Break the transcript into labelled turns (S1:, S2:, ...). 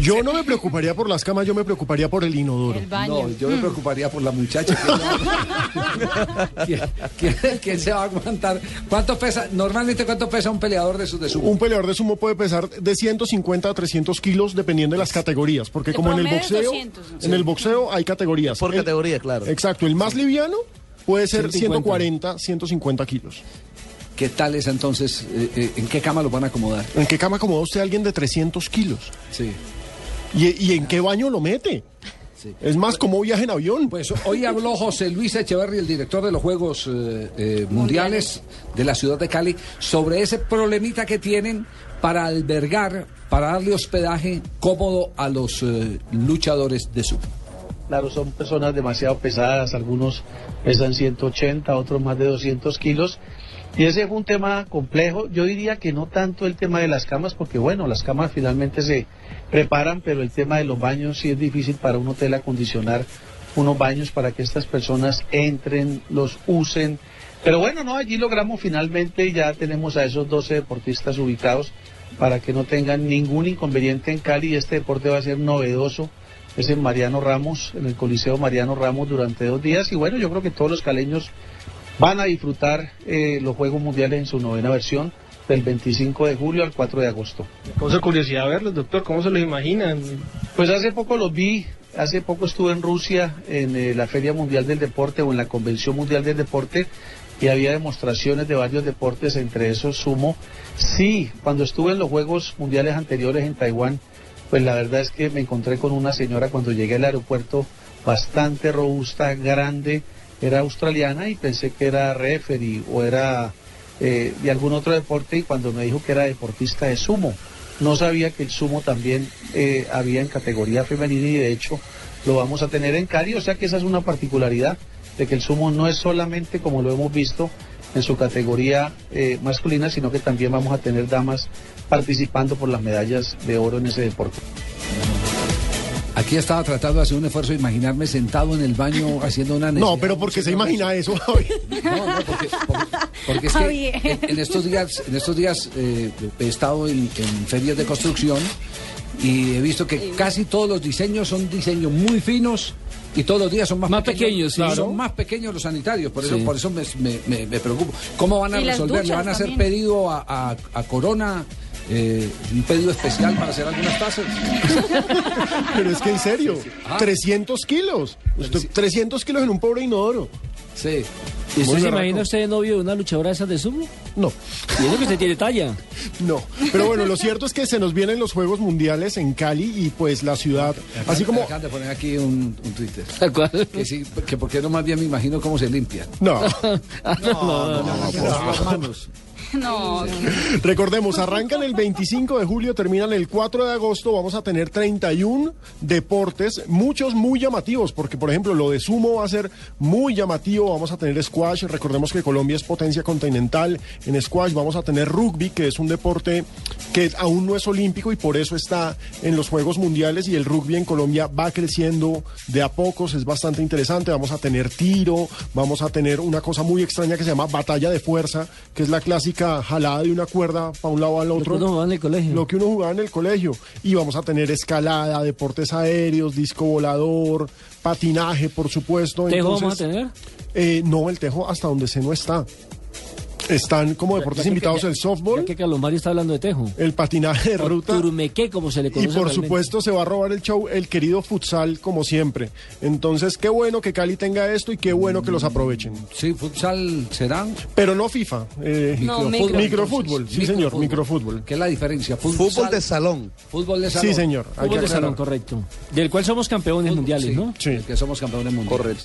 S1: Yo no me preocuparía por las camas, yo me preocuparía por el inodoro.
S2: El
S3: No,
S2: baño.
S3: yo me preocuparía por la muchacha. ¿Quién, quién, quién se va a aguantar? ¿Cuánto pesa? Normalmente, ¿cuánto pesa un peleador de sus de sumo?
S1: Un peleador de sumo puede pesar de 150 a 300 kilos dependiendo de las categorías, porque
S2: De
S1: como en el
S2: promedio,
S1: boxeo,
S2: 200, ¿no?
S1: en el boxeo hay categorías.
S4: Eh,
S5: Por
S1: El-
S5: categoría, claro.
S1: Exacto, el más liviano puede ser
S3: 150.
S1: 140, 150 kilos.
S3: ¿Qué tal es entonces? eh, eh, ¿En qué cama lo van a acomodar?
S1: ¿En qué cama acomoda usted a alguien de 300 kilos?
S3: Sí.
S1: ¿Y, y en qué baño lo mete?
S3: Sí.
S1: Es más, como viaje en avión.
S3: Pues hoy habló José Luis Echeverri, el director de los Juegos eh, eh, Mundiales de la ciudad de Cali, sobre ese problemita que tienen para albergar, para darle hospedaje cómodo a los eh, luchadores de sumo.
S4: Claro, son personas demasiado pesadas, algunos pesan 180, otros más de 200 kilos. Y ese es un tema complejo. Yo diría que no tanto el tema de las camas, porque bueno, las camas finalmente se preparan, pero el tema de los baños sí es difícil para un hotel acondicionar unos baños para que estas personas entren, los usen. Pero bueno, no, allí logramos finalmente y ya tenemos a esos 12 deportistas ubicados para que no tengan ningún inconveniente en Cali. Este deporte va a ser novedoso es en Mariano Ramos, en el Coliseo Mariano Ramos durante dos días. Y bueno, yo creo que todos los caleños van a disfrutar eh, los Juegos Mundiales en su novena versión del 25 de julio al 4 de agosto.
S6: Cosa curiosidad verlos, doctor, ¿cómo se los imaginan?
S4: Pues hace poco los vi, hace poco estuve en Rusia en eh, la Feria Mundial del Deporte o en la Convención Mundial del Deporte y había demostraciones de varios deportes, entre esos sumo. Sí, cuando estuve en los Juegos Mundiales anteriores en Taiwán, pues la verdad es que me encontré con una señora cuando llegué al aeropuerto bastante robusta, grande, era australiana y pensé que era referee o era eh, de algún otro deporte y cuando me dijo que era deportista de sumo. No sabía que el sumo también eh, había en categoría femenina y de hecho lo vamos a tener en Cali, o sea que esa es una particularidad de que el sumo no es solamente como lo hemos visto en su categoría eh, masculina, sino que también vamos a tener damas participando por las medallas de oro en ese deporte.
S3: Aquí estaba tratando de hacer un esfuerzo de imaginarme sentado en el baño haciendo una
S5: pues,
S1: No,
S3: necesidad.
S1: pero porque se imagina eso,
S3: No, no, porque, porque- porque es que
S2: Javier.
S3: en, en estos días, en estos días eh, he estado en, en ferias de construcción y he visto que casi todos los diseños son diseños muy finos y todos los días son más,
S7: Más pequeños, sí.
S3: Son más pequeños los sanitarios, por eso,
S7: Sí.
S3: por eso me, me- me- me preocupo. ¿Cómo van a
S2: Y las
S3: resolver? ¿Le
S2: duchas
S3: van a hacer
S2: también.
S3: pedido a, a- a Corona? eh, un pedido especial para hacer algunas tazas.
S1: Pero es que en serio,
S5: Ah.
S1: 300 kilos. Usted- 300 kilos en un pobre inodoro.
S3: Sí.
S7: ¿Y
S1: Muy
S7: usted se
S1: berraco.
S7: imagina usted de novio de una luchadora de esas de sumo?
S1: No,
S7: Y eso que usted tiene talla.
S1: no. Pero bueno, lo cierto es que se nos vienen los Juegos Mundiales en Cali y pues la ciudad, así como... Pues-
S3: Acaban de poner aquí un, un Twitter.
S7: Tal cual.
S3: Que sí, que porque no más bien me imagino cómo se limpia.
S1: No,
S2: No,
S1: recordemos, arrancan el 25 de julio, terminan el 4 de agosto, vamos a tener 31 deportes, muchos muy llamativos, porque por ejemplo lo de sumo va a ser muy llamativo, vamos a tener squash, recordemos que Colombia es potencia continental en squash, vamos a tener rugby, que es un deporte que aún no es olímpico y por eso está en los Juegos Mundiales y el rugby en Colombia va creciendo de a pocos, es bastante interesante, vamos a tener tiro, vamos a tener una cosa muy extraña que se llama batalla de fuerza, que es la clásica jalada de una cuerda para un lado al
S7: Lo que
S1: otro.
S7: uno jugaba en el colegio.
S1: Lo que uno jugaba en el colegio. Y vamos a tener escalada, deportes aéreos, disco volador, patinaje, por supuesto.
S7: ¿Tejo
S1: Entonces,
S7: vamos a tener?
S1: eh, no, el tejo hasta donde se no está. Están como deportes invitados el softball,
S7: Ya que Carlos Mario está hablando de tejo.
S1: el patinaje de
S7: O
S1: ruta.
S7: Turmequé, como se le
S1: Y
S7: conoce.
S1: por
S7: realmente.
S1: supuesto se va a robar el show el querido futsal como siempre. Entonces, qué bueno que Cali tenga esto y qué bueno que los aprovechen.
S3: Sí, futsal será.
S1: Pero no FIFA. eh,
S2: No,
S1: microfútbol.
S2: micro.
S1: Microfútbol, sí señor, microfútbol.
S3: ¿Qué es la diferencia?
S5: Fútbol de salón.
S3: fútbol de salón.
S1: Sí señor. hay
S7: Fútbol
S1: que
S7: de salón,
S1: aclarar.
S7: correcto. Del cual somos campeones
S3: Fútbol,
S7: mundiales,
S3: sí.
S7: ¿no?
S1: Sí.
S3: El que somos campeones mundiales.
S5: Correcto.